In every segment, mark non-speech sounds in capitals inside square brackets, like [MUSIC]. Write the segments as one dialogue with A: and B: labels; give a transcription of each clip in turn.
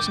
A: 什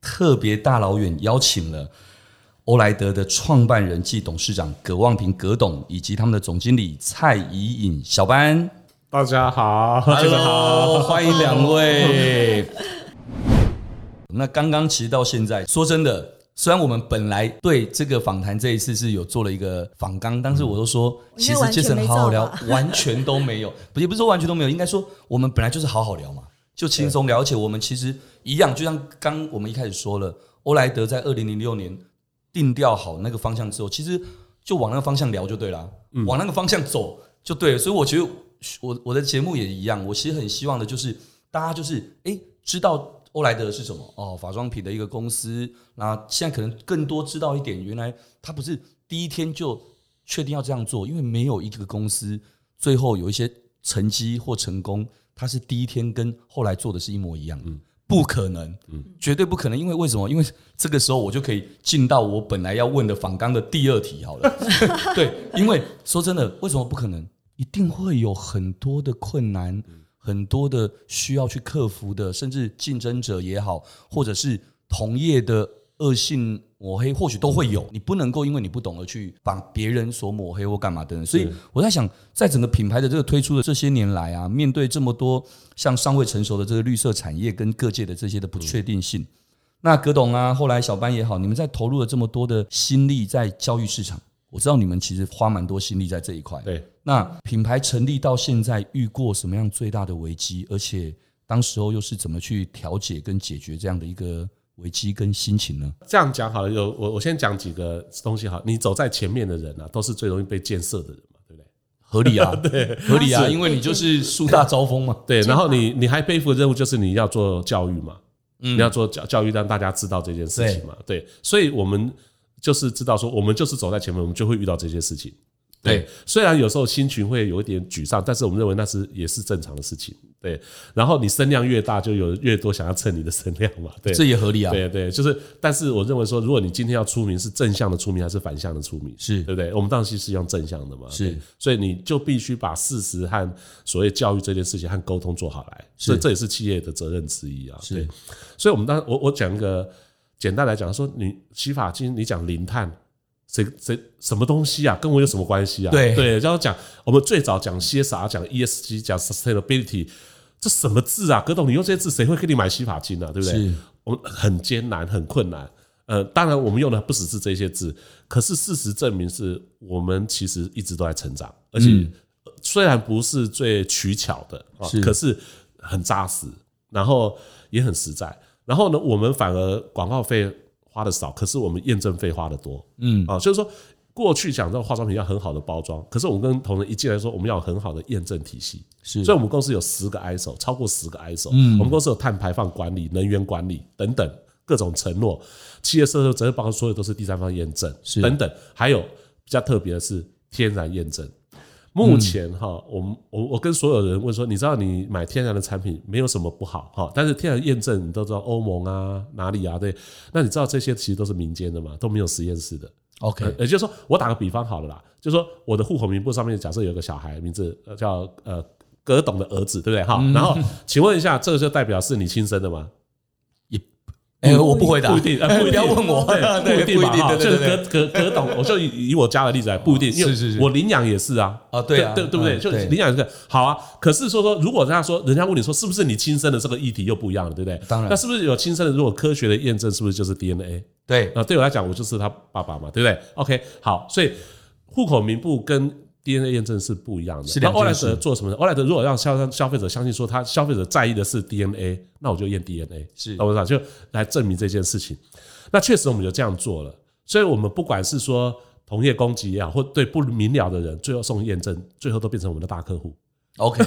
B: 特别大老远邀请了。欧莱德的创办人暨董事长葛望平葛董，以及他们的总经理蔡怡颖小班，
C: 大家好，大家
B: ，Hello，
C: 好，
B: 欢迎两位。 [LAUGHS] 那刚刚其实到现在，说真的，虽然我们本来对这个访谈这一次是有做了一个访纲，但是我都说，
D: 应
B: 其
D: 该
B: 实
D: 完全
B: Jason
D: 没
B: 好好聊
D: 做吧，
B: 完全都没有，
D: [LAUGHS]
B: 不也不是说完全都没有，应该说我们本来就是好好聊嘛，就轻松聊，而且我们其实一样，就像刚我们一开始说了，欧莱德在二零零六年定调好那个方向之后，其实就往那个方向聊就对了，往那个方向走就对了。所以我觉得我我的节目也一样，我其实很希望的就是大家就是诶知道欧莱德是什么哦，法妆品的一个公司，那现在可能更多知道一点，原来它不是第一天就确定要这样做，因为没有一个公司最后有一些成绩或成功，它是第一天跟后来做的是一模一样。不可能，绝对不可能，因为为什么？因为这个时候我就可以进到我本来要问的访纲的第二题好了。对，因为说真的，为什么不可能？一定会有很多的困难，很多的需要去克服的，甚至竞争者也好，或者是同业的恶性抹黑，或许都会有。你不能够因为你不懂而去把别人所抹黑或干嘛的。所以我在想，在整个品牌的这个推出的这些年来啊，面对这么多像尚未成熟的这个绿色产业跟各界的这些的不确定性。那葛董啊，后来小班也好，你们在投入了这么多的心力在教育市场，我知道你们其实花蛮多心力在这一块。
C: 对，
B: 那品牌成立到现在，遇过什么样最大的危机？而且当时候又是怎么去调解跟解决这样的一个危机跟心情呢？
C: 这样讲好了，有我我先讲几个东西好了，你走在前面的人啊，都是最容易被建设的人嘛，对不对？
B: 合理
C: [LAUGHS]
B: 啊，对，合理啊，
D: 是
B: 因为你就是树大招风嘛。
C: 对，然后你你还背负的任务就是你要做教育嘛，
B: 嗯
C: 你要做教教育让大家知道这件事情嘛，对，所以我们就是知道说，我们就是走在前面，我们就会遇到这些事情。对
B: 对，
C: 虽然有时候心情会有一点沮丧，但是我们认为那是也是正常的事情。对，然后你声量越大，就有越多想要蹭你的声量嘛。对，
B: 这也合理啊。
C: 对对，就是，但是我认为说，如果你今天要出名，是正向的出名还是反向的出名？
B: 是
C: 对不对？我们当时是用正向的嘛，
B: 是
C: 对，所以你就必须把事实和所谓教育这件事情和沟通做好来，这这也是企业的责任之一啊。
B: 是
C: 对，所以我们当我我讲一个简单来讲，说你洗发精，你讲零碳。谁谁什么东西啊？跟我有什么关系啊？
B: 对
C: 对，然后讲我们最早讲 CSR，讲 ESG，讲 sustainability，这什么字啊？葛董，你用这些字，谁会给你买洗发精啊？对不对？
B: 是
C: 我们很艰难，很困难。呃，当然我们用的不只是这些字，可是事实证明是我们其实一直都在成长，而且、呃虽然不是最取巧的啊，
B: 嗯是
C: 可是很扎实，然后也很实在。然后呢，我们反而广告费花的少，可是我们验证费花的多。
B: 嗯，
C: 啊，就是说过去讲这个化妆品要很好的包装，可是我们跟同仁一进来说，我们要有很好的验证体系。
B: 是
C: 所以我们公司有十个 ISO，超过十个 ISO。
B: 嗯
C: 我们公司有碳排放管理、能源管理等等各种承诺，企业社会责任报告所有都是第三方验证
B: 是
C: 等等，还有比较特别的是天然验证。
B: 嗯
C: 目前哈，我们我我跟所有人问说，你知道你买天然的产品没有什么不好哈，但是天然验证你都知道欧盟啊哪里啊对，那你知道这些其实都是民间的嘛，都没有实验室的。呃
B: OK，
C: 也就是说，我打个比方好了啦，就是说我的户口名簿上面假设有个小孩名字呃叫呃葛董的儿子，对不对？哈、
B: 嗯
C: 然后请问一下，这个就代表是你亲生的吗？
B: [LAUGHS] 哎，我不回答，
C: 不一定，呃
B: 哎
C: 不一定
B: 不要问我，
C: 对，不一定
B: 不一
C: 嘛，
B: 定，
C: 哈
B: [LAUGHS] 对
C: 就
B: 对
C: 是
B: 对哦
C: 葛。葛葛董，我就以以我家的例子来，不一定，因为
B: 是是是
C: 我领养也是啊，
B: 啊对啊
C: 对对不对？
B: 嗯
C: 就
B: 对
C: 领养也是好啊，可是说说，如果人家说人家问你说是不是你亲生的这个议题又不一样了，对不对？
B: 当然
C: 那是不是有亲生的？如果科学的验证，是不是就是 DNA？
B: 对，
C: 啊，对我来讲，我就是他爸爸嘛，对不对？OK，好，所以户口名簿跟 DNA 验证是不一样的。
B: 是
C: 那
B: 两
C: 欧
B: 件
C: 莱
B: 事
C: 德做什么呢？欧莱德如果让消消费者相信说他消费者在意的是 DNA，那我就验 DNA，
B: 是
C: 懂不懂？就来证明这件事情。那确实我们就这样做了，所以我们不管是说同业攻击也好，或对不明了的人，最后送验证，最后都变成我们的大客户。
B: [LAUGHS] OK，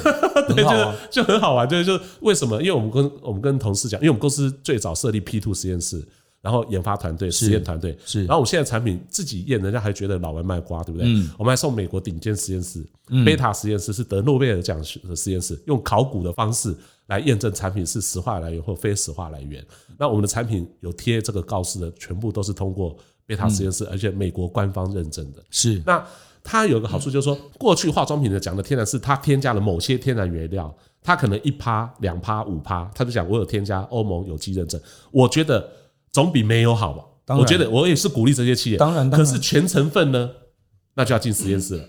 C: 对，
B: 很好啊，
C: [LAUGHS] 就是就很好玩，就是就是为什么？因为我们跟我们跟同事讲，因为我们公司最早设立 P two 实验室，然后研发团队、
B: 是
C: 实验团队，
B: 是
C: 然后我们现在产品自己验，人家还觉得老王卖瓜，对不对？
B: 嗯
C: 我们还送美国顶尖实验室，贝塔实验室是得诺贝尔奖的实验室，用考古的方式来验证产品是石化来源或非石化来源。那我们的产品有贴这个告示的，全部都是通过贝塔实
B: 嗯
C: 验室，而且美国官方认证的。
B: 是
C: 那它有个好处就是说，过去化妆品的讲的天然是它添加了某些天然原料，它可能一趴、两趴、五趴，它就讲我有添加欧盟有机认证，我觉得总比没有好吧。
B: 当然
C: 我觉得我也是鼓励这些企业，
B: 当然当
C: 可
B: 然
C: 是全成分呢，那就要进实验室了。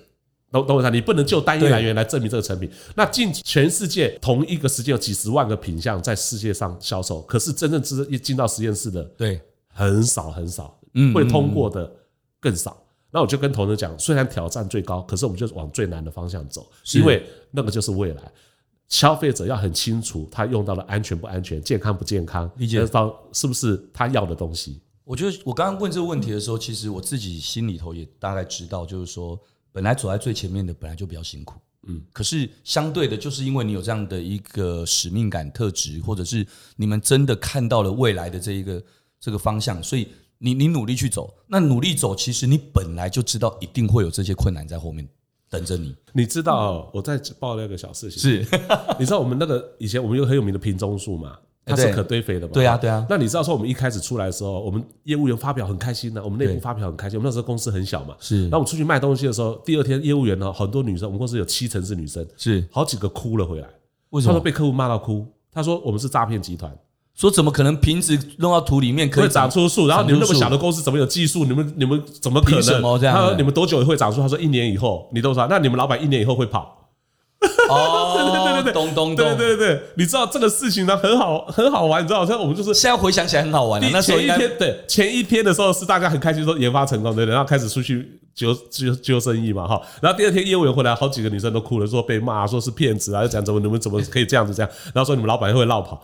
C: 懂懂我意思啊？你不能就单一
B: 对
C: 来源来证明这个成品。那进全世界同一个时间有几十万个品相在世界上销售，可是真正知一进到实验室的
B: 对，
C: 很少很少，
B: 嗯
C: 会通过的更少。那我就跟同仁讲，虽然挑战最高，可是我们就是往最难的方向走，
B: 是
C: 因为那个就是未来。消费者要很清楚他用到的安全不安全、健康不健康，
B: 理解
C: 知道是不是他要的东西。
B: 我觉得我刚刚问这个问题的时候，其实我自己心里头也大概知道，就是说，本来走在最前面的本来就比较辛苦，嗯，可是相对的，就是因为你有这样的一个使命感特质，或者是你们真的看到了未来的这一个这个方向，所以你你努力去走，那努力走，其实你本来就知道一定会有这些困难在后面等着你，
C: 你知道哦，我再爆料一个小事
B: 嗯
C: 情，
B: 是
C: 你知道我们那个以前我们有个很有名的瓶中树嘛，
B: 哎
C: 它是
B: 对
C: 可堆肥的嘛？
B: [LAUGHS] 对啊对啊
C: 那你知道说我们一开始出来的时候，我们业务员发表很开心呢、我们内部
B: 对
C: 发表很开心。我们那时候公司很小嘛，
B: 是
C: 那我们出去卖东西的时候，第二天业务员呢，很多女生，我们公司有七成是女生，
B: 是，
C: 好几个哭了回来。
B: 为什
C: 他说
B: 么
C: 被客户骂到哭，他说我们是诈骗集团，
B: 说怎么可能瓶子弄到土里面可
C: 会
B: 以
C: 长
B: 长出？
C: 出树，然后你们那
B: 长出
C: 么
B: 树
C: 小的公司怎么有技术？你们你们怎么可能？
B: 凭什么这样
C: 他说
B: 对
C: 你们多久会长出？他说一年以后，你都说那你们老板一年以后会跑。
B: 哦，对对对对，咚咚
C: 对
B: 咚，
C: 对对，你知道这个事情呢，很好很好玩，你知道，像我们就是
B: 现在回想起来很好玩啊，那时候应
C: 前一
B: 该
C: 天对前一天的时候是大家很开心说研发成功对不对，然后开始出去揪揪揪生意嘛哈，然后第二天业务员回来，好几个女生都哭了，说被骂，说是骗子啊，又讲怎么你们怎么可以这样子这样，然后说你们老板会绕跑。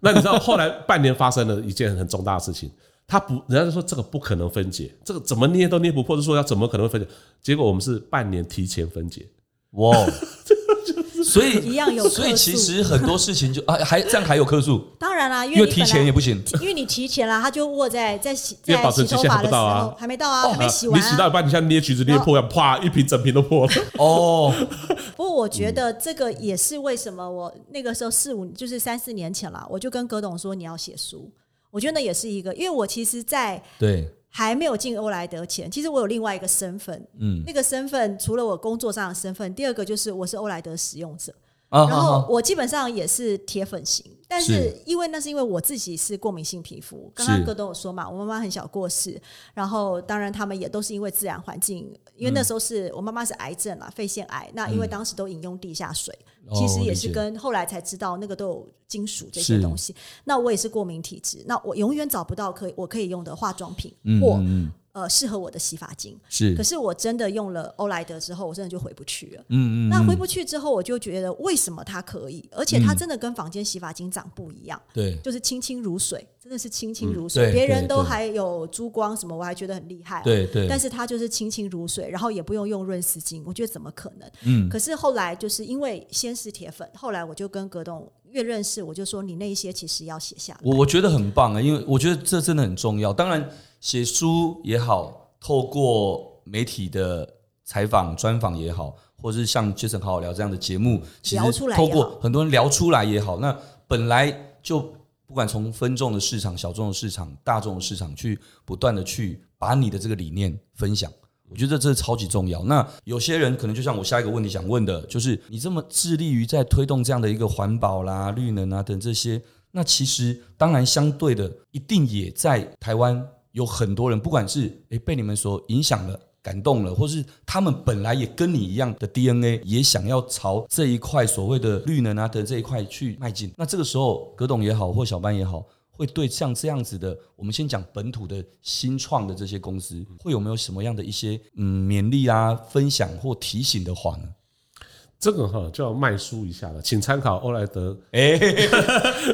C: 那你知道后来半年发生了一件很重大的事情， [LAUGHS] 他不，人家就说这个不可能分解，这个怎么捏都捏不破，就说要怎么可能会分解？结果我们是半年提前分解，
B: 哇，所以
D: 一样有客诉
B: 所以其实很多事情就啊，还这样还有客诉，
D: 当然啦，因
B: 因为
D: 为你
B: 提
D: 本来
B: 前也不行。
D: [LAUGHS] 因为你提前啦，他就握在在洗
C: 因为
D: 在
C: 保存
D: 洗
C: 期
D: 头
C: 限还
D: 发
C: 不
D: 的时
C: 到啊
D: 候还没到啊，还没洗
C: 你
D: 完
C: 洗
D: 啊
C: 到。一半，你像捏橘子捏破一样，啪，一瓶整瓶都破了。
D: [LAUGHS]
B: 哦，
D: 不过我觉
C: 嗯
D: 得这个也是为什么我那个时候四五就是三四年前啦，我就跟葛董说你要写书。我觉得那也是一个，因为我其实，在
B: 对，
D: 还没有进欧莱德前，其实我有另外一个身份，
B: 嗯，
D: 那个身份除了我工作上的身份，第二个就是我是欧莱德使用者。
B: 啊，
D: 然
B: 好
D: 后
B: 好
D: 我基本上也是铁粉型，但是
B: 是
D: 因为那是因为我自己是过敏性皮肤，刚
B: 是
D: 刚哥都有说嘛，我妈妈很小过世，然后当然他们也都是因为自然环境，因为
B: 嗯
D: 那时候是、我妈妈是癌症啦，肺腺癌，那因为当时都饮用地下水，
B: 哦
D: 其实也
B: 理
D: 是
B: 解
D: 跟后来才知道那个都有金属这
B: 是
D: 些东西。那我也是过敏体质，那我永远找不到可以我可以用的化妆品
B: 嗯
D: 或、
B: 嗯嗯
D: 呃适合我的洗发精。
B: 是
D: 可，是我真的用了欧莱德之后，我真的就回不去了。
B: 嗯嗯，
D: 那
B: 嗯
D: 回不去之后，我就觉得为什么它可以，而且它真的跟房间洗发精长不一样，
B: 对，
D: 就是清清如水，真的是清清如
B: 嗯
D: 水。
B: 对
D: 别人
B: 对
D: 都
B: 对
D: 还有珠光什么，我还觉得很厉害、哦
B: 对对
D: 但是它就是清清如水，然后也不用用润丝巾，我觉得怎么可能？
B: 嗯
D: 可是后来就是因为先是铁粉，后来我就跟葛董越认识，我就说你那一些其实要写下来。
B: 我我觉得很棒啊，因为我觉得这真的很重要。当然，写书也好，透过媒体的采访、专访也好，或者是像 Jason 好好聊这样的节目，其
D: 聊
B: 实
D: 出来也
B: 透
D: 好
B: 过很多人聊出来也好，那本来就不管从分众的市场、小众的市场、大众的市场去不断的去把你的这个理念分享。我觉得这超级重要。那有些人可能就像我下一个问题想问的，就是你这么致力于在推动这样的一个环保啦、绿能啊等这些，那其实当然相对的，一定也在台湾有很多人，不管是诶被你们所影响了。感动了，或是他们本来也跟你一样的 DNA，也想要朝这一块所谓的绿能啊的这一块去迈进。那这个时候，葛董也好，或小班也好，会对像这样子的，我们先讲本土的新创的这些公司，会有没有什么样的一些嗯勉励啊、分享或提醒的话呢？
C: 这个哈就要卖书一下了，请参考欧莱德
B: 哎、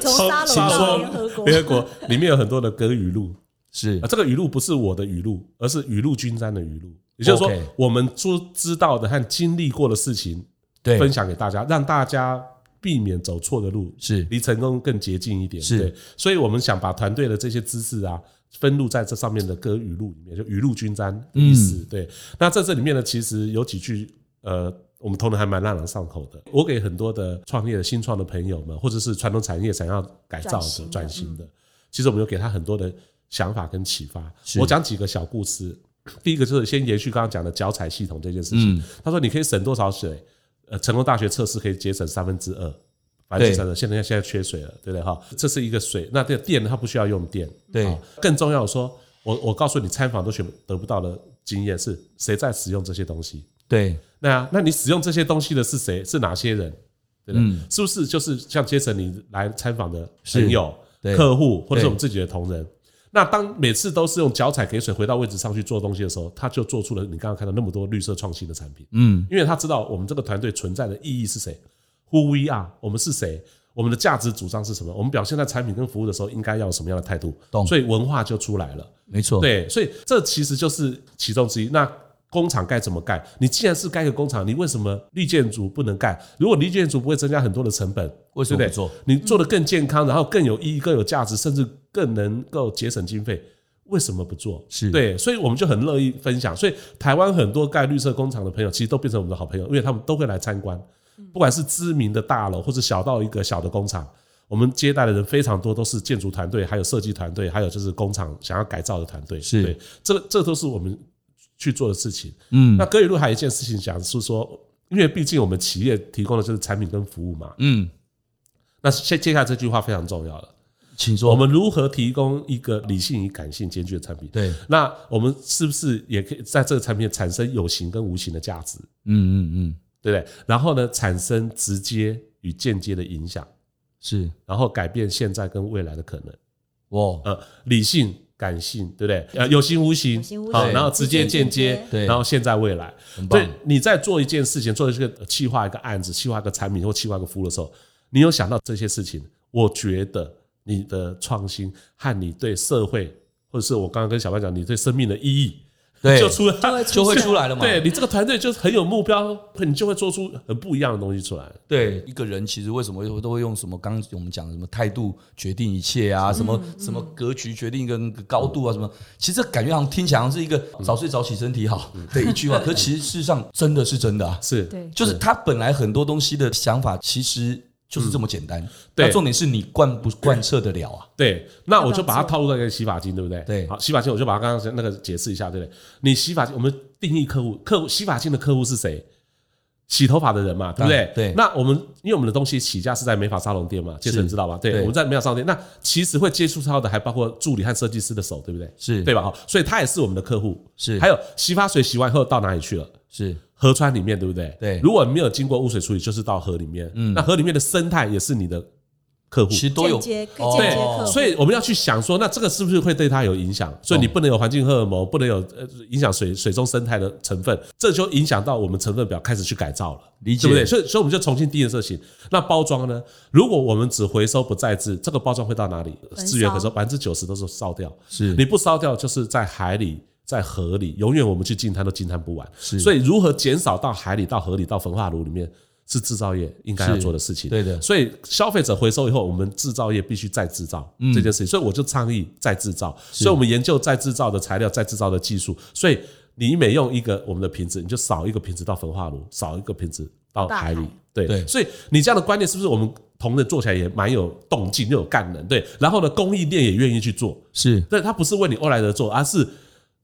D: 从沙龙
C: 请
D: 到
C: 说
D: 联合国，
C: 联合国里面有很多的歌语录
B: 是
C: 啊，这个语录不是我的语录，而是雨露均沾的语录，也就是说
B: OK
C: 我们所知道的和经历过的事情
B: 对，
C: 分享给大家，让大家避免走错的路，
B: 是
C: 离成功更接近一点。
B: 是
C: 对，所以我们想把团队的这些知识啊，分入在这上面的歌语录里面，就语录均沾的意
B: 嗯
C: 思。对，那在这里面呢，其实有几句呃。我们同仁还蛮朗朗上口的。我给很多的创业的新创的朋友们，或者是传统产业想要改造
D: 转
C: 的
D: 型、的嗯
C: 转型的，其实我们有给他很多的想法跟启发。
B: 是
C: 我讲几个小故事，第一个就是先延续刚刚讲的脚踩系统这件事情。
B: 嗯，
C: 他说你可以省多少水？呃，成功大学测试可以节省三分之二，百分之三的。现在现在缺水了，对不对哈？这是一个水，那这个电呢它不需要用电。
B: 对
C: 好更重要的说，我我告诉你，参访都学不得不到的经验是谁在使用这些东西？
B: 对，
C: 那那你使用这些东西的是谁？是哪些人？对不对？
B: 嗯
C: 是不是就是像杰森你来参访的
B: 是
C: 朋友、
B: 对
C: 客户，或者
B: 对
C: 是我们自己的同仁？那当每次都是用脚踩给水回到位置上去做东西的时候，他就做出了你刚刚看到那么多绿色创新的产品。
B: 嗯，
C: 因为他知道我们这个团队存在的意义是谁，Who we are，我们是谁，我们的价值主张是什么，我们表现在产品跟服务的时候应该要有什么样的态度
B: 懂，
C: 所以文化就出来了。
B: 没错，，
C: 对，所以这其实就是其中之一。那工厂该怎么盖？你既然是盖个工厂，你为什么绿建筑不能盖？如果绿建筑不会增加很多的成本，
B: 为什么
C: 对
B: 不
C: 对
B: 做？
C: 你做的更健康，然后更有意义、更有价值，甚至更能够节省经费，为什么不做？
B: 是
C: 对，所以我们就很乐意分享。所以台湾很多盖绿色工厂的朋友，其实都变成我们的好朋友，因为他们都会来参观，不管是知名的大楼，或者小到一个小的工厂。我们接待的人非常多，都是建筑团队，还有设计团队，还有就是工厂想要改造的团队。
B: 是
C: 对，这这都是我们去做的事情。
B: 嗯
C: 那葛雨露还有一件事情讲是说，因为毕竟我们企业提供的就是产品跟服务嘛，
B: 嗯，
C: 那接接下来这句话非常重要了，
B: 请说，
C: 我们如何提供一个理性与感性兼具的产品？
B: 对，
C: 那我们是不是也可以在这个产品产生有形跟无形的价值，
B: 嗯嗯嗯，
C: 对不对？然后呢，产生直接与间接的影响，
B: 是，
C: 然后改变现在跟未来的可能。
B: 哇，
C: 呃，理性、感性，对不对？呃，有形无形
D: 有形无，形
C: 好，
B: 对
C: 然后直接
D: 直接
C: 间接
D: 间接，
B: 对
C: 然后现在未来。
B: 很
C: 所
B: 棒
C: 以，你在做一件事情，做这个企划一个案子、企划一个产品或企划一个服务的时候，你有想到这些事情，我觉得你的创新和你对社会，或者是我刚刚跟小潘讲，你对生命的意义，
B: 对，
C: 就出来，
B: 就会出来了嘛，
C: 对你这个团队就很有目标，你就会做出很不一样的东西出来。
B: 对，一个人其实为什么会都会用什么？刚刚我们讲的什么态度决定一切啊，什么什么格局决定一个那个高度啊，什么？其实这感觉好像听起来好像是一个早睡早起身体好的一句话，可其实事实上真的是真的啊，
C: 是，
D: 对
B: 就是他本来很多东西的想法其实就是这么简单，
C: 对
B: 那重点是你贯不贯彻得了啊？
C: 对，那我
D: 要不
C: 就
D: 要
C: 把它
D: 做
C: 套入到那个洗发精，对不对？
B: 对
C: 好，洗发精我就把它刚刚那个解释一下，对不对？你洗发精，我们定义客户，客户洗发精的客户是谁？洗头发的人嘛，对不对
B: 啊？对
C: 那我们因为我们的东西起价是在美发沙龙店嘛，杰森
B: 是
C: 你知道吧？对，
B: 对
C: 我们在美发沙龙店，那其实会接触到的还包括助理和设计师的手，对不对？
B: 是
C: 对吧？好，所以他也是我们的客户。
B: 是
C: 还有洗发水洗完后到哪里去了？
B: 是
C: 河川里面，对不对？
B: 对
C: 如果没有经过污水处理，就是到河里面。嗯，那河里面的生态也是你的客户。
B: 其实都有
D: 间接
B: 哦
D: 间接客
C: 对，
D: 户
C: 所以我们要去想说，那这个是不是会对它有影响？所以你不能有环境荷尔蒙，不能有呃影响水水中生态的成分，这就影响到我们成分表开始去改造了，
B: 理解
C: 对不对？所以所以我们就重新定义这行。那包装呢？如果我们只回收不再制，这个包装会到哪里？
D: 焚烧
C: 资源回收百分之九十都是烧掉，
B: 是
C: 你不烧掉就是在海里。在河里，永远我们去进滩都进滩不完，
B: 是
C: 所以如何减少到海里、到河里、到焚化炉里面，是制造业应该要
B: 是
C: 做的事情。
B: 对的
C: 所以消费者回收以后，我们制造业必须再制造
B: 嗯
C: 这件事情，所以我就倡议再制造。所以我们研究再制造的材料、再制造的技术。所以你每用一个我们的瓶子，你就少一个瓶子到焚化炉，少一个瓶子到海
D: 大
C: 里
D: 海。
C: 对，
B: 对
C: 所以你这样的观念是不是我们同仁做起来也蛮有动静，又有干能？对，然后呢，供应链也愿意去做。
B: 是
C: 对，他不是为你欧莱德做，而、啊是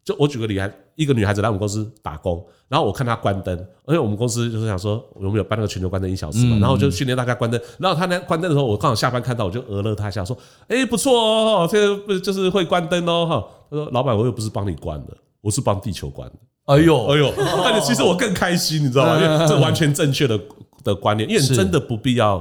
C: 就我举个例，一个女孩子来我们公司打工，然后我看她关灯，而且我们公司就是想说，我们有办那个全球关灯一小时嘛，然后我就训练大家关灯，然后她呢关灯的时候，我刚好下班看到，我就呃讹了她一下，说，哎、不错哦，这个不就是会关灯哦，哈，她说老板，我又不是帮你关的。我是帮地球关的，
B: 哎呦
C: 哎呦，但其实我更开心，你知道吗？因为这完全正确的的观念，因为你
B: 嗯是
C: 真的不必要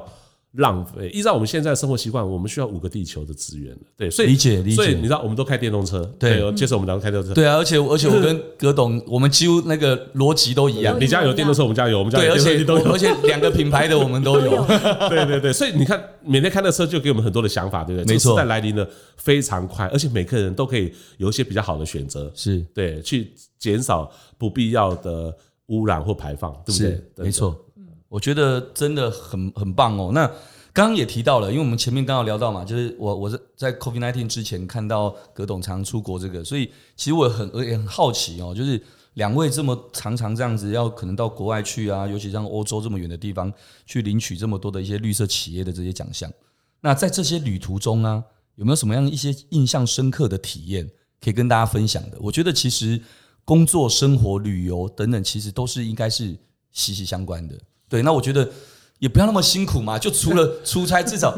C: 浪费。依照我们现在的生活习惯，我们需要五个地球的资源，对，所以
B: 理解理解
C: 所以你知道，我们都开电动车，
B: 对
C: 对，哦接受我们两个开电动车。
B: 对啊，而且而且我跟葛董，我们几乎那个逻辑都一样
D: 对。
C: 你家有电动车，我们家有，我们家
B: 对，
C: 有
B: 而
C: 电动
B: 且
C: 车都
B: 我而
C: 有。
B: 且两个品牌的我们都有，
C: 对对对，所以你看，每天开的车就给我们很多的想法，对不对？
B: 没错
C: 这个时代来临的非常快，而且每个人都可以有一些比较好的选择，
B: 是
C: 对，去减少不必要的污染或排放，对不对
B: 是？没错。。嗯我觉得真的很很棒哦。那刚刚也提到了，因为我们前面刚好聊到嘛，就是我我是在 COVID nineteen 之前看到葛董常出国这个，所以其实我很我也很好奇哦，就是两位这么常常这样子要可能到国外去啊，尤其像欧洲这么远的地方去领取这么多的一些绿色企业的这些奖项。那在这些旅途中啊，有没有什么样一些印象深刻的体验可以跟大家分享的？我觉得其实工作、生活、旅游等等，其实都是应该是息息相关的。对，那我觉得也不要那么辛苦嘛，就除
C: [LAUGHS]
B: 了出差，至少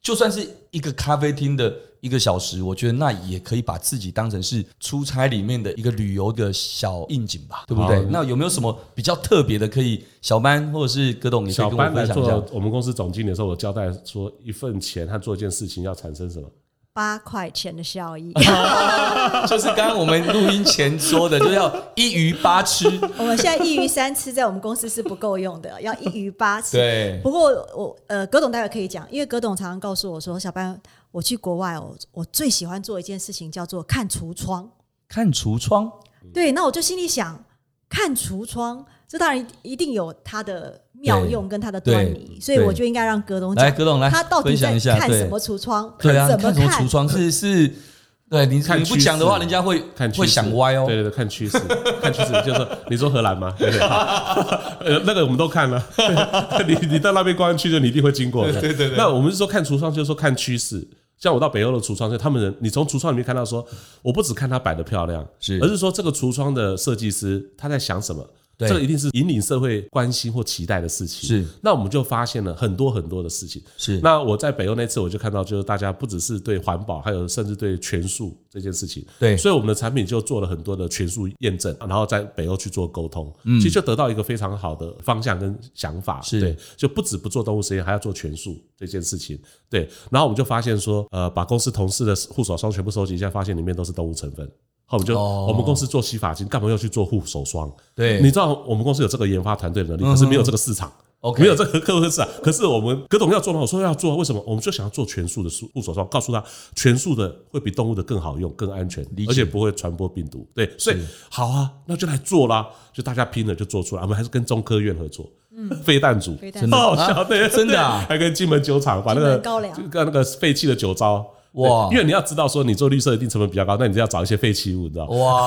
B: 就算是一个咖啡厅的一个小时，我觉得那也可以把自己当成是出差里面的一个旅游的小应景吧，对不对
C: 好？
B: 那有没有什么比较特别的，可以小班或者是葛董，你可以
C: 小
B: 跟我
C: 班来
B: 分享一下
C: 做？我们公司总经理的时候，我交代说，一份钱和做一件事情要产生什么？
D: 八块钱的效益，
B: 就是刚刚我们录音前说的，就是要一鱼八吃。
D: 我们现在一鱼三吃在我们公司是不够用
B: [LAUGHS]
D: 的，要一鱼八吃。
B: 对，
D: 不过我呃，葛董待会可以讲，因为葛董常常告诉我说，小班，我去国外哦，我最喜欢做一件事情叫做看橱窗。
B: 看橱窗，
D: 对，那我就心里想，看橱窗，这当然一定有它的妙用跟它的端
B: 对
D: 倪，所以
B: 对
D: 我就应该让葛董
B: 来，
D: 讲，
B: 葛董来
D: 他到底
B: 分享
D: 在
B: 一下，
D: 看
B: 对
D: 什么橱窗，
B: 对啊，
D: 怎
B: 你看什么
D: 看
B: 橱窗是是，对你
C: 看
B: 你
C: 趋
B: 不讲的话，
C: 势
B: 人家会
C: 看趋势
B: 会想歪哦
C: 对。对对，看趋势， [LAUGHS] 看趋势，就是说你说荷兰吗？
B: [LAUGHS]
C: 对对对呃，那个我们都看了， [LAUGHS] 你你到那边观光区就你一定会经
B: [LAUGHS]
C: 过的。对对对。那我们是说看橱窗，就是说看趋势。像我到北欧的橱窗，就他们人，你从橱窗里面看到说，我不只看它摆的漂亮，
B: 是
C: 而是说这个橱窗的设计师他在想什么。
B: 对
C: 这个一定是引领社会关心或期待的事情。
B: 是，
C: 那我们就发现了很多很多的事情。
B: 是
C: 那我在北欧那次，我就看到，就是大家不只是对环保，还有甚至对全素这件事情。
B: 对
C: 所以我们的产品就做了很多的全数验证，然后在北欧去做沟通，其实就得到一个非常好的方向跟想法。
B: 是
C: 对，就不止不做动物实验，还要做全数这件事情。对，然后我们就发现说，呃，把公司同事的护手霜全部收集一下，发现里面都是动物成分。后我们就、
B: 哦
C: 我们公司做洗发精，干嘛要去做护手霜？
B: 对嗯
C: 你知道我们公司有这个研发团队的能力，可是没有这个市场。
B: OK
C: 没有这个客户市场，可是我们葛董要做吗？我说要做啊，为什么？我们就想要做全素的素护手霜，告诉他全素的会比动物的更好用、更安全，
B: 理解
C: 而且不会传播病毒。对，所以好啊，那就来做啦，就大家拼了就做出来。我们还是跟中科院合作，嗯，飞弹组，
D: 飞弹
C: 真的好笑，对，
B: 真的啊
C: 还跟金门酒厂把那个
D: 金门高粱
C: 就跟那个废弃的酒糟。
B: 哇
C: 对因为你要知道说你做绿色一定成本比较高，那你就要找一些废弃物，你知道吗？
B: [LAUGHS] 哇，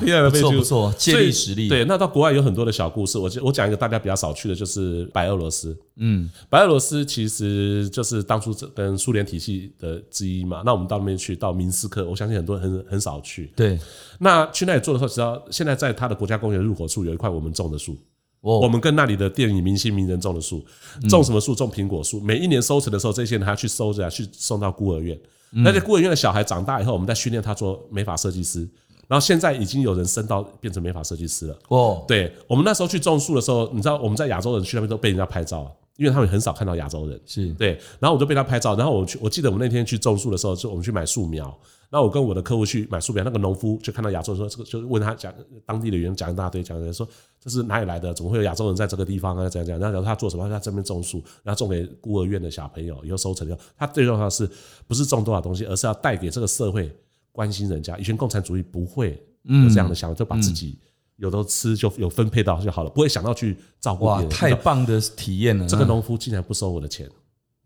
C: 第二个
B: 不错
C: 被记录
B: 哦不错，借
C: 所
B: 力
C: 以
B: 实力。，
C: 对，那到国外有很多的小故事，我就我讲一个大家比较少去的，就是白俄罗斯。
B: 嗯，
C: 白俄罗斯其实就是当初这跟苏联体系的之一嘛。那我们到那边去，到明斯克，我相信很多人很很少去。
B: 对，
C: 那去那里做的时候，只要现在在他的国家公园入口处有一块我们种的树，我
B: 我
C: 们跟那里的电影明星名人种的树，种什么树？种苹果树。每一年收成的时候，这些人还要去收着啊，去送到孤儿院。那些孤儿院的小孩长大以后，我们再训练他做美发设计师。然后现在已经有人升到变成美发设计师了。
B: 我
C: 对我们那时候去种树的时候，你知道我们在亚洲人去那边都被人家拍照啊，因为他们很少看到亚洲人。
B: 是
C: 对，然后我就被他拍照，然后我去，我记得我们那天去种树的时候，就我们去买树苗，然后我跟我的客户去买树苗，那个农夫就看到亚洲人说，这个就问他讲当地的原因，讲一大堆，讲人说这是哪里来的，怎么会有亚洲人在这个地方啊？怎样怎样？然后他做什么？他在这边种树，然后种给孤儿院的小朋友，以后收成以后，他最重要的是不是种多少东西，而是要带给这个社会关心人家。以前共产主义不会有这样
B: 嗯
C: 的想法，就把自己。有的吃就有分配到就好了，不会想到去照顾别
B: 哇，
C: 人。
B: 太嗯棒的体验了。
C: 这个农夫竟然不收我的钱，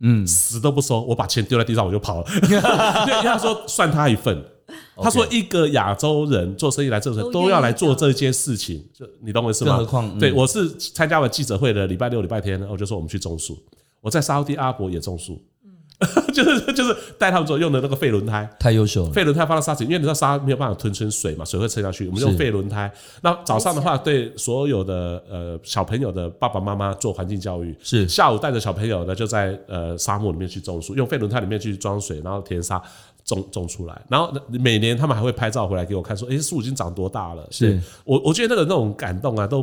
B: 嗯，
C: 死都不收，我把钱丢在地上我
B: [LAUGHS]
C: 就跑了。对，他说算他一份。他说一个亚洲人做生意来这个
D: 都愿意
C: 都要来做这些事情，就你懂我意思
B: 更
C: 吗？
B: 何况嗯
C: 对我是参加了记者会的礼拜六、礼拜天，我就说我们去种树，我在沙烏地阿拉伯也种树，[LAUGHS]
D: 嗯
C: 就是就是带他们做用的那个废轮胎，
B: 太优秀了。
C: 废轮胎放到沙子里，因为你知道沙没有办法吞吞水嘛，水会沉下去，我们用
B: 是
C: 废轮胎。那早上的话，对所有的呃小朋友的爸爸妈妈做环境教育，
B: 是
C: 下午带着小朋友呢，就在呃沙漠里面去种树，用废轮胎里面去装水，然后填沙。种种出来，然后每年他们还会拍照回来给我看，说：“诶，树已经长多大了。
B: 是
C: 对”我我觉得那个那种感动啊，都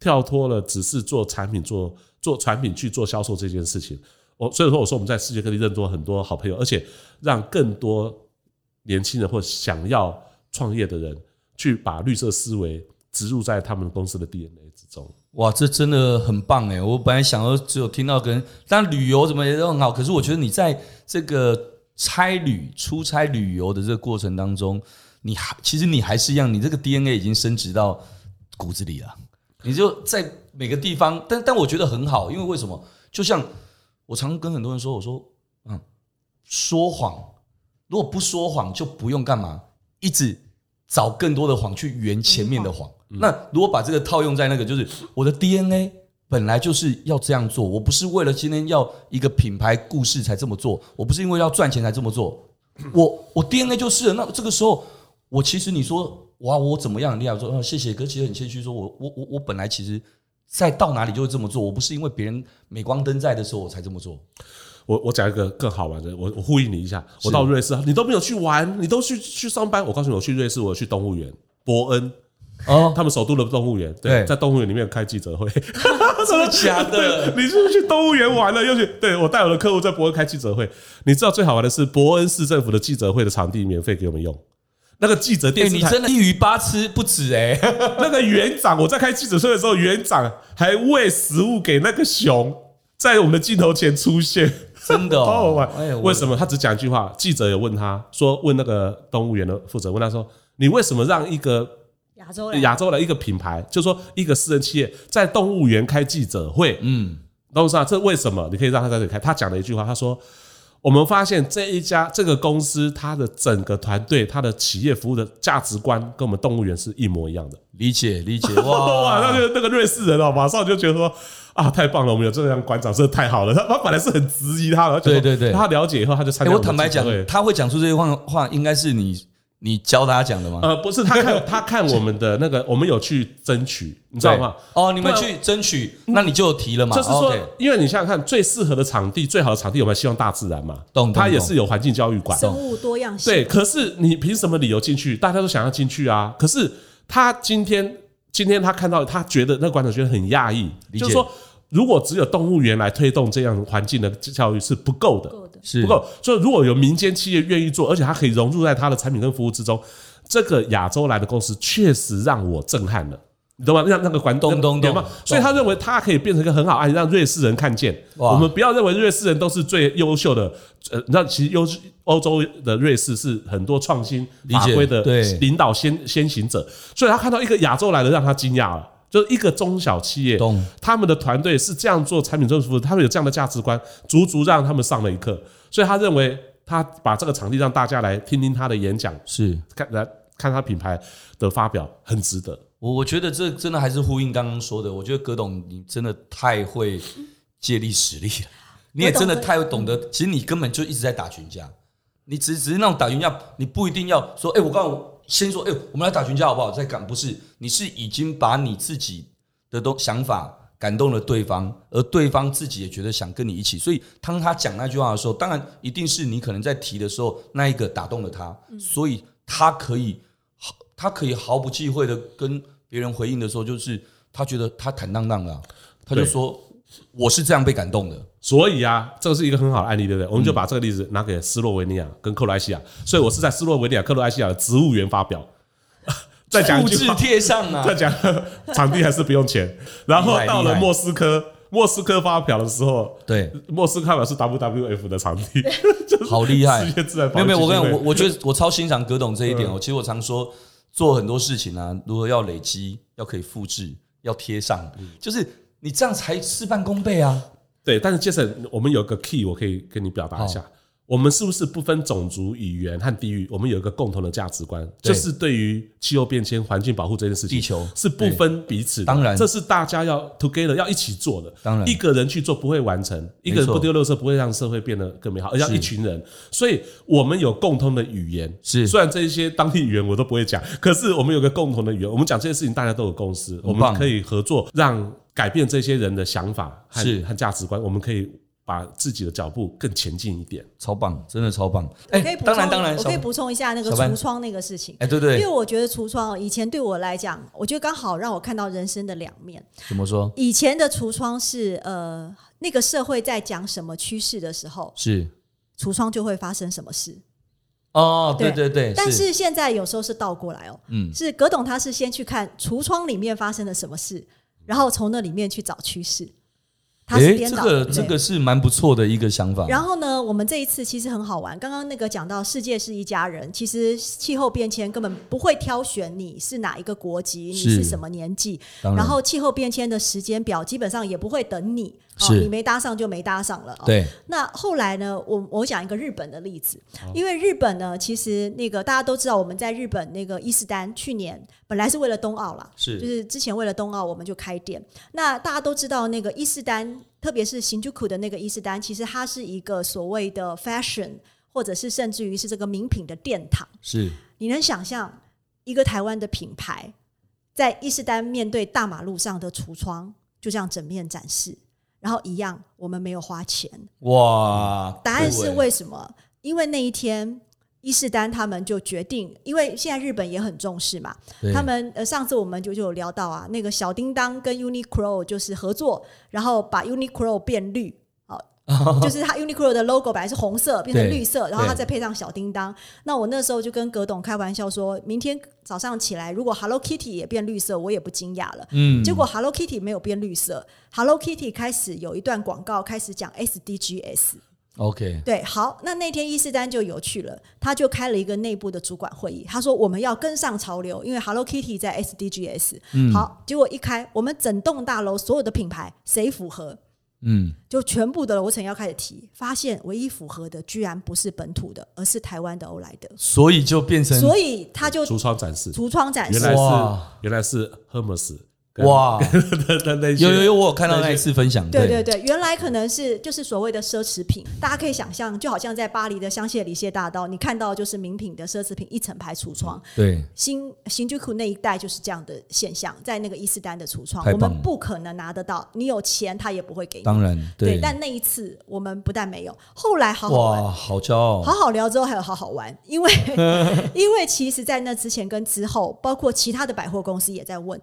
C: 跳脱了只是做产品、做做产品去做销售这件事情。我所以说，我说我们在世界各地认多很多好朋友，而且让更多年轻人或想要创业的人去把绿色思维植入在他们公司的 DNA 之中。
B: 哇，这真的很棒哎！我本来想要只有听到跟，但旅游怎么也都很好。可是我觉得你在这个差旅、出差旅游的这个过程当中，你还其实你还是一样，你这个 DNA 已经升值到骨子里了。你就在每个地方，但但我觉得很好，因为为什么？就像我常跟很多人说，我说，嗯，说谎，如果不说谎，就不用干嘛，一直找更多的谎去圆前面的谎。那如果把这个套用在那个，就是我的 DNA 本来就是要这样做，我不是为了今天要一个品牌故事才这么做，我不是因为要赚钱才这么做，我我 DNA 就是了。那这个时候，我其实你说哇，我怎么样很厉害？我说、啊、谢谢，可其实很谦虚，说我我我我本来其实。在到哪里就会这么做，我不是因为别人镁光灯在的时候我才这么做。
C: 我我讲一个更好玩的，我我呼应你一下。我到瑞士，你都没有去玩，你都去去上班。我告诉你，我去瑞士，我去动物园，伯恩，
B: 哦，
C: 他们首都的动物园，
B: 对
C: 对，在动物园里面开记者会。
B: [LAUGHS] 真的假的？
C: [LAUGHS] 你是不是去动物园玩了，又去对我带我的客户在伯恩开记者会。你知道最好玩的是，伯恩市政府的记者会的场地免费给我们用。那个记者
B: 哎、
C: 电视
B: 你
C: 台，
B: 真的一鱼八吃不止哎、
C: [LAUGHS] 那个园长，我在开记者会的时候，园长还喂食物给那个熊，在我们的镜头前出现。
B: 真的、哦，
C: 好好玩。
B: 哎
C: 为什
B: 么？
C: 么？他只讲一句话，记者有问他说，问那个动物园的负责，问他说，你为什么让一个
D: 亚洲人
C: 亚洲的一个品牌，就说一个私人企业在动物园开记者会？
B: 嗯，
C: 董事长，这为什么你可以让他在这里开？他讲了一句话，他说。我们发现这一家这个公司，它的整个团队、它的企业服务的价值观，跟我们动物园是一模一样的。
B: 理解理
C: [LAUGHS]
B: 解，哇
C: 哇，那个那个瑞士人哦，马上就觉得说啊，太棒了，我们有这样馆长，真的太好了。他他本来是很质疑他的，
B: 对对对
C: 他了解以后他就
B: 哎、
C: 参加
B: 我
C: 们的
B: 坦白
C: 记者
B: 讲
C: 会。，
B: 他会讲出这些话话，应该是你你教他讲的吗？
C: 呃，不是他看他看我们的那个，我们有去争取，你知道吗？
B: 对？哦，你们
C: 不然
B: 去争取，那你就有提了嘛？哦
C: 就是说
B: o k，
C: 因为你想想看，最适合的场地、最好的场地，我们希望大自然嘛，
B: 懂懂
C: 它也
B: 懂
C: 是有环境教育
B: 哦
C: 馆，
D: 生物多样性，
C: 对，可是你凭什么理由进去？大家都想要进去啊。可是他今天，今天他看到，他觉得那个馆长觉得很讶异，
B: 理解
C: 就是说，如果只有动物园来推动这样环境的教育是不够的，
D: 够的。
B: 是
C: 不够。所以如果有民间企业愿意做，而且它可以融入在它的产品跟服务之中，这个亚洲来的公司确实让我震撼了。你懂吗？让那个广东
B: 懂懂懂
C: 吗？所以他认为他可以变成一个很好案例，让瑞士人看见。
B: 哇
C: 我们不要认为瑞士人都是最优秀的，呃，那其实优欧洲的瑞士是很多创新
B: 理
C: 法
B: 解
C: 规的
B: 对
C: 领导先先行者，所以他看到一个亚洲来的，让他惊讶了。就是一个中小企业，
B: 懂
C: 他们的团队是这样做产品政服务，他们有这样的价值观，足足让他们上了一课。所以他认为，他把这个场地让大家来听听他的演讲，
B: 是
C: 看来看他品牌的发表，很值得。
B: 我我觉得这真的还是呼应刚刚说的，我觉得葛董你真的太会借力使力了，你也真的太懂得，其实你根本就一直在打群架，你只只是那种打群架，你不一定要说，哎、我刚刚先说，哎、我们来打群架好不好？再赶不是，你是已经把你自己的东想法感动了对方，而对方自己也觉得想跟你一起，所以当他讲那句话的时候，当然一定是你可能在提的时候那一个打动了他，所以他可以毫他可以毫不忌讳的跟别人回应的时候，就是他觉得他坦荡荡的啊、他就
C: 对
B: 说我是这样被感动的，
C: 所以啊，这是一个很好的案例，
B: 嗯
C: 对不对？我们就把这个例子拿给斯洛维尼亚跟克罗埃西亚，所以我是在斯洛维尼亚、克罗埃西亚的植物园发表。再讲一
B: 复
C: 句
B: 制
C: 话，
B: 贴上啊
C: 再，讲 [LAUGHS] 场地还是不用钱。然后
B: 厉害
C: 到
B: 厉
C: 了
B: 害
C: 莫斯科，莫斯科发表的时候，
B: 对，
C: 莫斯科发表是 WWF 的场地，
B: 好厉
C: [LAUGHS]
B: 害
C: 世，界自然
B: 没
C: 保
B: 有
C: 育
B: 没有，我跟你
C: 基金会
B: 讲，我我觉得我超欣赏葛董这一
C: 嗯
B: 点哦。其实我常说，做很多事情啊，如果要累积，要可以复制，要贴上，
C: 嗯
B: 就是你这样才事半功倍啊。
C: 对，但是 Jason，我们有个 key，我可以跟你表达一下。我们是不是不分种族、语言和地域？我们有一个共同的价值观，
B: 对
C: 就是对于气候变迁、环境保护这件事情，
B: 地球
C: 是不分彼此的。
B: 当然
C: 这是大家要 together 要一起做的。
B: 当然
C: 一个人去做不会完成，一个人不丢垃圾不会让社会变得更美好，而要一群人。所以我们有共通的语言，
B: 是
C: 虽然这一些当地语言我都不会讲，可是我们有个共同的语言，我们讲这些事情大家都有共识，我
B: 棒
C: 们可以合作，让改变这些人的想法和
B: 是
C: 和价值观，我们可以把自己的脚步更前进一点。
B: 超棒，真的超棒！
D: 我
B: 哎、
D: 可以补充
B: 当然当然，
D: 我
B: 小
D: 可以补充一下那个
B: 小班
D: 橱窗那个事情
B: 哎、。对
D: 因为
B: 对，
D: 我觉得橱窗哦以前对我来讲，我觉得刚好让我看到人生的两面。
B: 怎么说？
D: 以前的橱窗是呃，那个社会在讲什么趋势的时候，
B: 是
D: 橱窗就会发生什么事。
B: 哦，对
D: 对
B: 对对，
D: 但是现在有时候是倒过来哦，
B: 嗯，
D: 是葛董他是先去看橱窗里面发生了什么事，然后从那里面去找趋势。它是
B: 诶
D: 颠
B: 这
D: 倒
B: 个
D: 的。对
B: 这个是蛮不错的一个想法。
D: 然后呢，我们这一次其实很好玩。刚刚那个讲到世界是一家人，其实气候变迁根本不会挑选你是哪一个国籍，你
B: 是
D: 是什么年纪，
B: 当
D: 然后气候变迁的时间表基本上也不会等你，哦，
B: 是
D: 你没搭上就没搭上了。哦、
B: 对
D: 那后来呢？我我讲一个日本的例子，因为日本呢，其实那个大家都知道，我们在日本那个伊势丹去年本来是为了冬奥啦，
B: 是
D: 就是之前为了冬奥我们就开店。那大家都知道那个伊势丹，特别是新 k u 的那个伊势丹，其实它是一个所谓的 fashion，或者是甚至于是这个名品的殿堂。
B: 是
D: 你能想象一个台湾的品牌在伊势丹面对大马路上的橱窗就这样整面展示，然后一样我们没有花钱。
B: 哇，
D: 答案是
B: 对
D: 为什么？因为那一天伊势丹他们就决定，因为现在日本也很重视嘛，
B: 对
D: 他们呃上次我们就就有聊到啊，那个小叮当跟 Uniqlo 就是合作，然后把 Uniqlo 变绿。哦
B: [LAUGHS]
D: 就是它 Uniqlo 的 logo 本来是红色，变成
B: 对
D: 绿色，然后它
B: 对
D: 再配上小叮当。那我那时候就跟葛董开玩笑说，明天早上起来，如果 Hello Kitty 也变绿色，我也不惊讶了。
B: 嗯
D: 结果 Hello Kitty 没有变绿色，Hello Kitty 开始有一段广告开始讲 SDGs，
B: OK
D: 对，好，那那天伊势丹就有趣了，他就开了一个内部的主管会议，他说我们要跟上潮流，因为 Hello Kitty 在 SDGs，、好，
C: 嗯
D: 结果一开，我们整栋大楼所有的品牌谁符合，
B: 嗯
D: 就全部的楼层要开始提，发现唯一符合的居然不是本土的，而是台湾的欧莱德，
B: 所以就变成
D: 所以他就
C: 橱窗展示，
D: 橱窗展示
C: 原，来是
B: 哇
C: 原来是 Hermes 跟
B: 哇，
C: [LAUGHS] 的的那些
B: 有有有，我有看到那一次分享，
D: 对对对，原来可能是就是所谓的奢侈品，大家可以想象，就好像在巴黎的香榭里榭大道，你看到就是名品的奢侈品一整排橱窗，
B: 对
D: 新新居库那一带就是这样的现象，在那个伊斯丹的橱窗，
B: 太
D: 我
B: 棒了
D: 们不可能拿得到，你有钱他也不会给你。
B: 当然
D: 对但那一次我们不但没有，后来好好玩。
B: 哇，好骄傲，
D: 好好聊之后还有好好玩，
B: [LAUGHS]
D: 因为因为其实，在那之前跟之后，包括其他的百货公司也在问，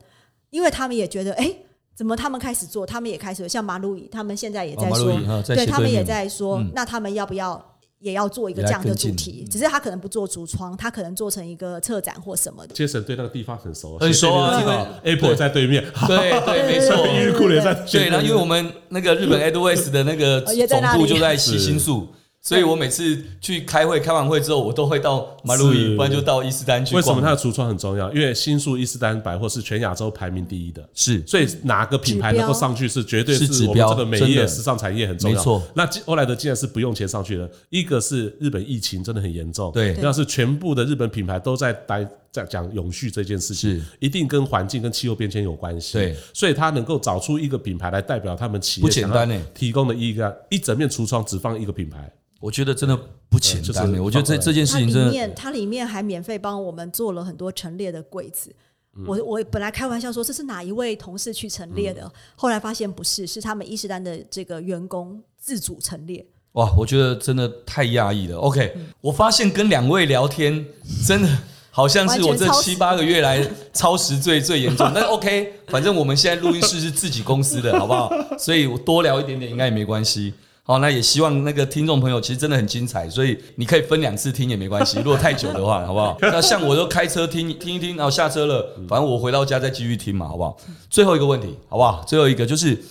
D: 因为他们也觉得，哎、怎么他们开始做，他们也开始像马路易，他们现在也在
B: 哦马
D: 说，
B: 路易哈在
D: 对
B: 斜
D: 他们
B: 对面
D: 也在说，
B: 嗯
D: 那他们要不要？也要做一个
B: 也
D: 这
B: 来
D: 样的
B: 跟
D: 主
B: 进
D: 题，只是他可能不做橱窗，他可能做成一个策展或什么的。
C: 杰森对那个地方很熟，
B: 很熟啊
C: 斜对面的地方 Apple 在对
B: [LAUGHS]
C: 面，
B: 对对，没错。
C: 优衣库也在
B: [LAUGHS] 对，然后因为我们那个日本 Edwards 的那个
D: 哦也在
B: 总
D: 那里
B: 部就
D: [LAUGHS]
B: 在西新宿，所以我每次去开会，开完会之后，我都会到马路易，
C: 是
B: 不然就到伊斯丹去
C: 为什么它
B: 他
C: 的橱窗很重要？因为新宿伊斯丹百货是全亚洲排名第一的，
B: 是
C: 所以哪个品牌能够上去是绝对
B: 是指
C: 是我们
B: 标
C: 这个美
B: 真的
C: 业时尚产业很重要。
B: 没错
C: 那既欧莱德竟然是不用钱上去的，一个是日本疫情真的很严重，
B: 对
C: 要是全部的日本品牌都在待在讲永续这件事情
B: 是，
C: 一定跟环境跟气候变迁有关系。
B: 对，
C: 所以它能够找出一个品牌来代表他们企业
B: 不简单
C: 想要
B: 欸
C: 提供的一个一整面橱窗只放一个品牌，
B: 我觉得真的不简单
C: 呃就
B: 欸，
C: 是
B: 我觉得这
C: 放过来
B: 这件事
D: 它
B: 情
D: 里
B: 真的
D: 面它里面还免费帮我们做了很多陈列的柜子。
B: 嗯
D: 我我本来开玩笑说这是哪一位同事去陈列的，
B: 嗯
D: 后来发现不是，是他们伊势丹的这个员工自主陈列。
B: 哇，我觉得真的太压抑了。OK，我发现跟两位聊天真的。好像是我这
D: 完全超时
B: 七八个月来超时最最严重，但 OK，反 [LAUGHS] 正我们现在录音室是自己公司的，好不 [LAUGHS] 好？所以我多聊一点点应该也没关系。好，那也希望那个听众朋友其实真的很精彩，所以你可以分两次听也没关系，如 [LAUGHS] 果太久的话，好不
D: [LAUGHS]
B: 好？那像我都开车听听一听，然后下车了，反正我回到家再继续听嘛，好不好？最后一个问题，好不好？最后一个就是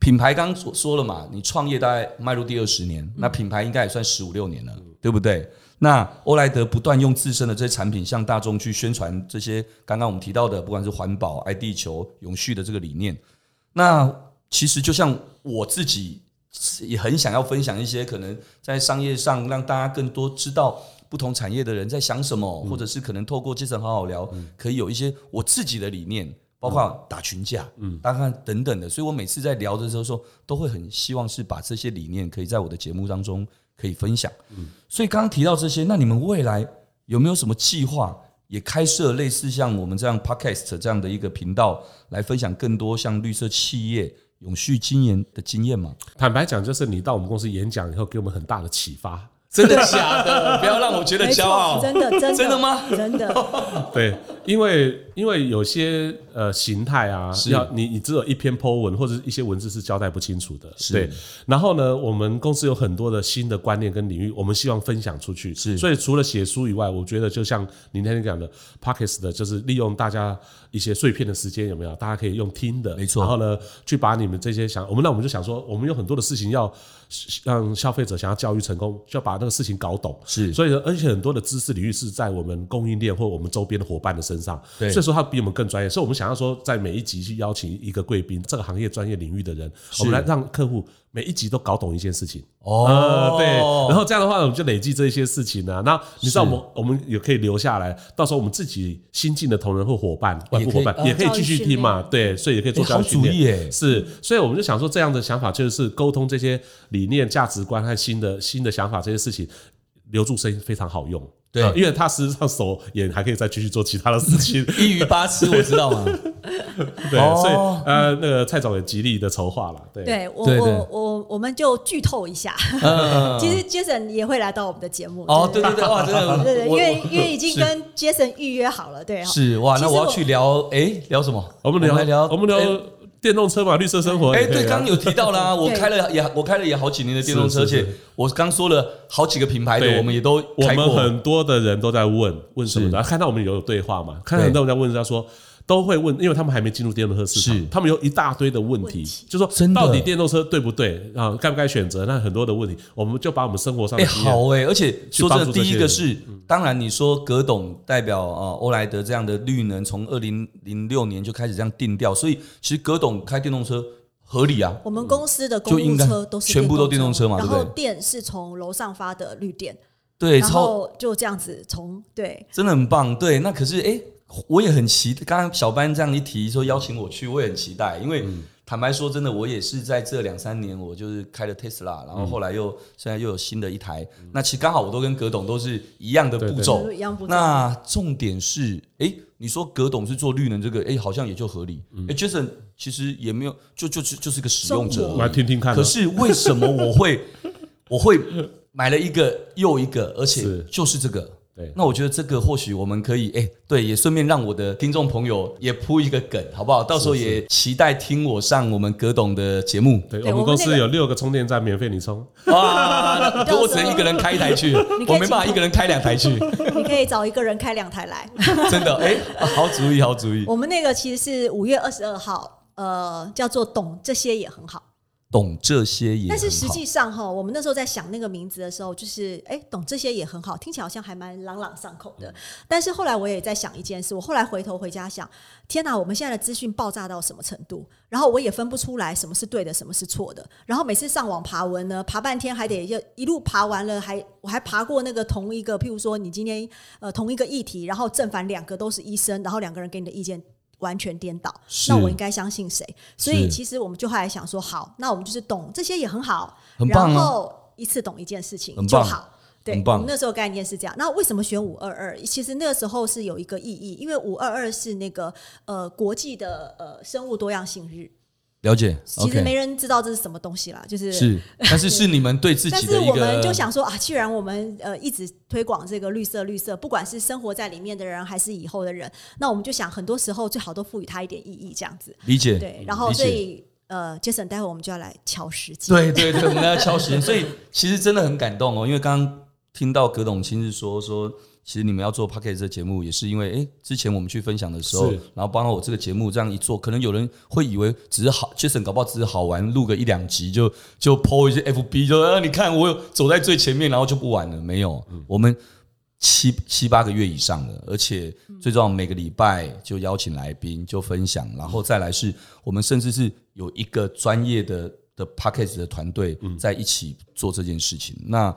B: 品牌刚所说了嘛，你创业大概迈入第二十年，那品牌应该也算十五六年了，对不对？那欧莱德不断用自身的这些产品向大众去宣传这些刚刚我们提到的，不管是环保、爱地球、永续的这个理念。那其实就像我自己也很想要分享一些可能在商业上让大家更多知道不同产业的人在想什么，或者是可能透过阶层好好聊，可以有一些我自己的理念，包括打群架，嗯，大概等等的。所以我每次在聊的时候说，都会很希望是把这些理念可以在我的节目当中可以分享。所以刚刚提到这些，那你们未来有没有什么计划？也开设类似像我们这样 podcast 这样的一个频道，来分享更多像绿色企业、永续经营的经验吗？
C: 坦白讲，就是你到我们公司演讲以后，给我们很大的启发。
B: 真的假的？不要让我觉得
D: 没
B: 骄 [LAUGHS]
D: 错，
B: 傲。
D: 真的真
B: [LAUGHS]
D: 的
B: 真的吗
D: 真的，
C: 对，因为因为有些呃形态啊，
B: 是
C: 要你你只有一篇 po 文或者是一些文字是交代不清楚的，
B: 是
C: 对。然后呢，我们公司有很多的新的观念跟领域，我们希望分享出去。
B: 是
C: 所以除了写书以外，我觉得就像您那天讲的 p o c k e t 的，就是利用大家一些碎片的时间，有没有？大家可以用听的，
B: 没错
C: 然后呢，去把你们这些想，我们那我们就想说，我们有很多的事情要让消费者想要教育成功，就要把那个事情搞懂。
B: 是
C: 所以呢，而且很多的知识领域是在我们供应链或我们周边的伙伴的身上，
B: 对
C: 所以说他比我们更专业。所以我们想要说，在每一集去邀请一个贵宾，这个行业专业领域的人，我们来让客户每一集都搞懂一件事情。
B: 哦
C: 呃，对，
B: [LAUGHS]
C: 然后这样的话，我们就累积这些事情啊。那你知道，我们我们也可以留下来，到时候我们自己新进的同仁或伙伴、外部伙伴
B: 也呃
C: 也可
D: 可以
C: 以继续听嘛。对，所以也可以做
B: 哎
C: 教
B: 好
C: 育训
B: 主意
C: 练。
B: 耶
C: 是，所以我们就想说，这样的想法就是沟通这些理念、价值观和新的新的想法这些事情，留住声音非常好用。
B: 对
C: 呃因为他事实上手眼还可以再继续做其他的事
B: [LAUGHS]
C: 情。
B: 一鱼八吃，我知道 [LAUGHS] 嘛。
C: 对，
B: 哦
C: 所以呃，那个蔡总也极力的筹划了。对，
D: 对我
B: 对对
D: 我我我们就剧透一下，
B: 嗯
D: 其实 Jason 也会来到我们的节目。
B: 哦，对对对，哇，真的，
D: 对对，因
B: 我
D: 为
B: 我
D: 因为已经
B: 是
D: 跟 Jason 预约好了，对，
B: 是哇，
D: 其
B: 那
D: 实
B: 我要
D: 我
B: 去聊，哎，聊什么？
C: 我们聊
B: 来聊，
C: 我们聊电动车嘛，绿色生活。
B: 哎，
C: 也可以
B: 对，
C: 啊
B: 刚刚有提到
D: [LAUGHS]
B: 啦，我开了也我开了也好几年的电动车，而
C: 是是
B: 且
C: 是
B: 我刚说了好几个品牌的，
C: 对
B: 我们也都
C: 我
B: 开
C: 们
B: 过。
C: 很多的人都在问问什么
B: 是
C: 的，看到我们有有对话嘛，看到很多人在问，他说都会问，因为他们还没进入电动车市
B: 是
C: 场，他们有一大堆的问
D: 问
C: 题
D: 题，
C: 就说
B: 真的
C: 到底电动车对不对啊，该不该选择？那很多的问题，我们就把我们生活上
B: 哎，
C: 的经验
B: 好哎，而且说真
C: 帮
B: 的，
C: 助这
B: 第一
C: 些
B: 个
C: 人嗯
B: 是，当然你说葛董代表啊欧莱德这样的绿能，从二零零六年就开始这样定调，所以其实葛董开电动车合理啊，
D: 我们公司的公
B: 就应
D: 路
B: 该
D: 车都是
B: 全部都电动车嘛
D: 然
B: 对不
D: 后
B: 对
D: 电是从楼上发的绿电，
B: 对，
D: 然
B: 超
D: 后就这样子从对
B: 真的很棒。对，那可是哎、诶我也很期待。刚刚小班这样一提说邀请我去，我也很期待，因为。坦白说，真的，我也是在这两三年，我就是开了 Tesla，然后后来又、现在又有新的一台。那其实刚好我都跟葛董都是一样的
C: 对对
B: 步
D: 就
B: 骤
D: 是。一样不
B: 那重点是，哎、你说葛董是做绿能这个，哎、好像也就合理。哎、j a s o n 其实也没有，就就就就是个使用者
D: 生
B: 而已，
D: 活
C: 我们来听听看啊。
B: 可是为什么我会
C: [LAUGHS]
B: 我会买了一个又一个，而且
C: 是
B: 就是这个？
C: 对
B: 那我觉得这个或许我们可以，哎、对，也顺便让我的听众朋友也铺一个梗，好不好？到时候也期待听我上我们葛董的节目。
C: 对，
D: 对
C: 我们
D: 我们
C: 公
D: 那
C: 司
D: 个
C: 有六个充电站免费你充，
B: 哇，那
D: 到时候
B: 我只能一个人开一台去，
D: [LAUGHS] 你可以
B: 我没办法一个人开两台
D: [LAUGHS]
B: 去，
D: 你可以找一个人开两台来。
B: 真的，哎、啊好主意，好主意。
D: 我们那个其实是五月二十二号，呃，叫做“懂这些也很好
B: 懂这些”，也
D: 但是
B: 很
D: 实
B: 好
D: 际上哈，我们那时候在想那个名字的时候，就是哎，懂这些也很好，听起来好像还蛮朗朗上口
B: 嗯
D: 的。但是后来我也在想一件事，我后来回头回家想，天哪，我们现在的资讯爆炸到什么程度？然后我也分不出来什么是对的，什么是错的。然后每次上网爬文呢，爬半天还得就一路爬完了，还我还爬过那个同一个，譬如说你今天呃同一个议题，然后正反两个都是医生，然后两个人给你的意见。完全颠倒，
B: 是
D: 那我应该相信谁？所以
B: 是
D: 其实我们就后来想说，好，那我们就是懂这些也很好，
B: 很棒啊
D: 然后一次懂一件事情
B: 很
D: 就
B: 棒
D: 好。对，
B: 很棒
D: 我们那时候概念是这样。那为什么选五二二？其实那个时候是有一个意义，因为五二二是那个呃国际的呃生物多样性日，
B: 了解
D: 其实没
B: ，OK，
D: 人知道这是什么东西啦，就是
B: 是，但是是你们对自
D: [LAUGHS] 但
B: 己
D: 是
B: 的一
D: 我
B: 个
D: 们就想说啊，既然我们呃一直推广这个绿色绿色，不管是生活在里面的人还是以后的人，那我们就想很多时候最好都赋予它一点意义，这样子。
B: 理解，
D: 对，然后
B: 理解
D: 所以呃，Jason，待会我们就要来敲时间。
B: 对对对，我们要敲时间，所以其实真的很感动哦，因为刚刚听到葛董亲自说说。其实你们要做 p o c k e t 这节目，也是因为哎、诶之前我们去分享的时候
C: 是，
B: 然后包括我这个节目这样一做，可能有人会以为只是好，Jason 搞不好只是好玩，录个一两集就就 PO 一些 FB，就啊你看我有走在最前面，然后就不玩了。没有，我们七七八个月以上的，而且最重要，每个礼拜就邀请来宾就分享，然后再来是我们甚至是有一个专业的的 p a c k a g e 的团队在一起做这件事情。那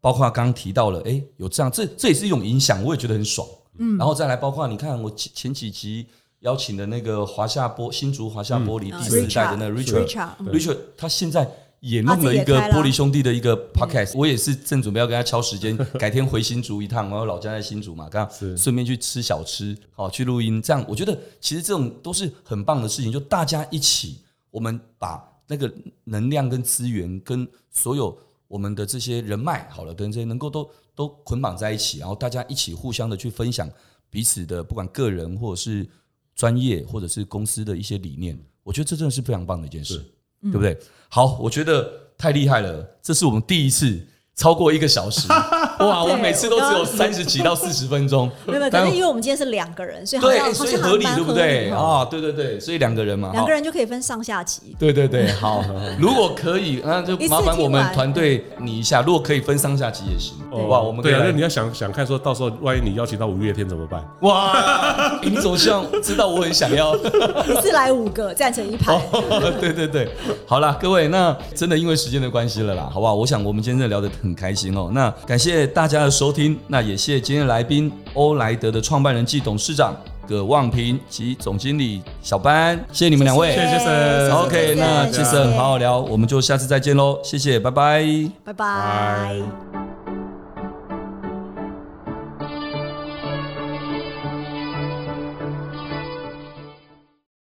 B: 包括刚刚提到了，哎、有这样，这这也是一种影响，我也觉得很爽。嗯，然后再来，包括你看我前前几集邀请的那个华夏玻新竹华夏玻璃
D: 呃
B: 第四代的那个啊 Richard，
D: Richard，嗯
B: Richard 他现在也弄了一个
D: 他自己也开了
B: 玻璃兄弟的一个 podcast，我也是正准备要跟他敲时间，改天回新竹一趟，然后老家在新竹嘛，刚好
C: 是
B: 顺便去吃小吃，好去录音，这样我觉得其实这种都是很棒的事情，就大家一起，我们把那个能量跟资源跟所有我们的这些人脉，好了，跟这些能够都都捆绑在一起，然后大家一起互相的去分享彼此的不管个人或者是专业或者是公司的一些理念，我觉得这真的是非常棒的一件事，
D: 嗯
B: 对不对？好，我觉得太厉害了，这是我们第一次超过一个小
D: [LAUGHS]
B: 时，哇！
D: 对
B: 我每次都只有
D: 我
B: 三十几到四十分钟，
D: [LAUGHS] 没有，没有可
B: 但
D: 能因为我们今天是两个人，所以好
B: 对，
D: 像
B: 哎
D: 好
B: 所以
D: 像还
B: 合理
D: 蛮
B: 对不
D: 合
B: 对
D: 哈
B: 啊？对对对，所以两个人嘛，
D: 两
B: 哈
D: 个人就可以分上下集。
B: 对对
D: [LAUGHS]
B: 对，好，如果可以，那就麻烦我
D: 一次听
B: 们
D: 完
B: 团队你一下，如果可以分上下集也行，好不好？我们可以
C: 对啊，
B: 来
C: 那你要想想看，说到时候万一你邀请到五月天怎么办？ [LAUGHS]
B: 哇，你总像知道我很想要，
D: 一次来五个，站成一排。
B: 哦 [LAUGHS] 对对对，好啦，各位，那真的因为时间的关系了啦，好不好？我想我们今天真的聊得很开心哦，那感谢大家的收听，那也谢谢今天的来宾欧莱德的创办人暨董事长葛望平及总经理小班，谢谢你们两位
C: 谢谢森
D: 谢
B: OK，
D: 谢森
B: 那
D: 谢谢
B: 其实很好好聊，我们就下次再见喽，谢谢，拜拜。
C: 拜
D: 拜拜。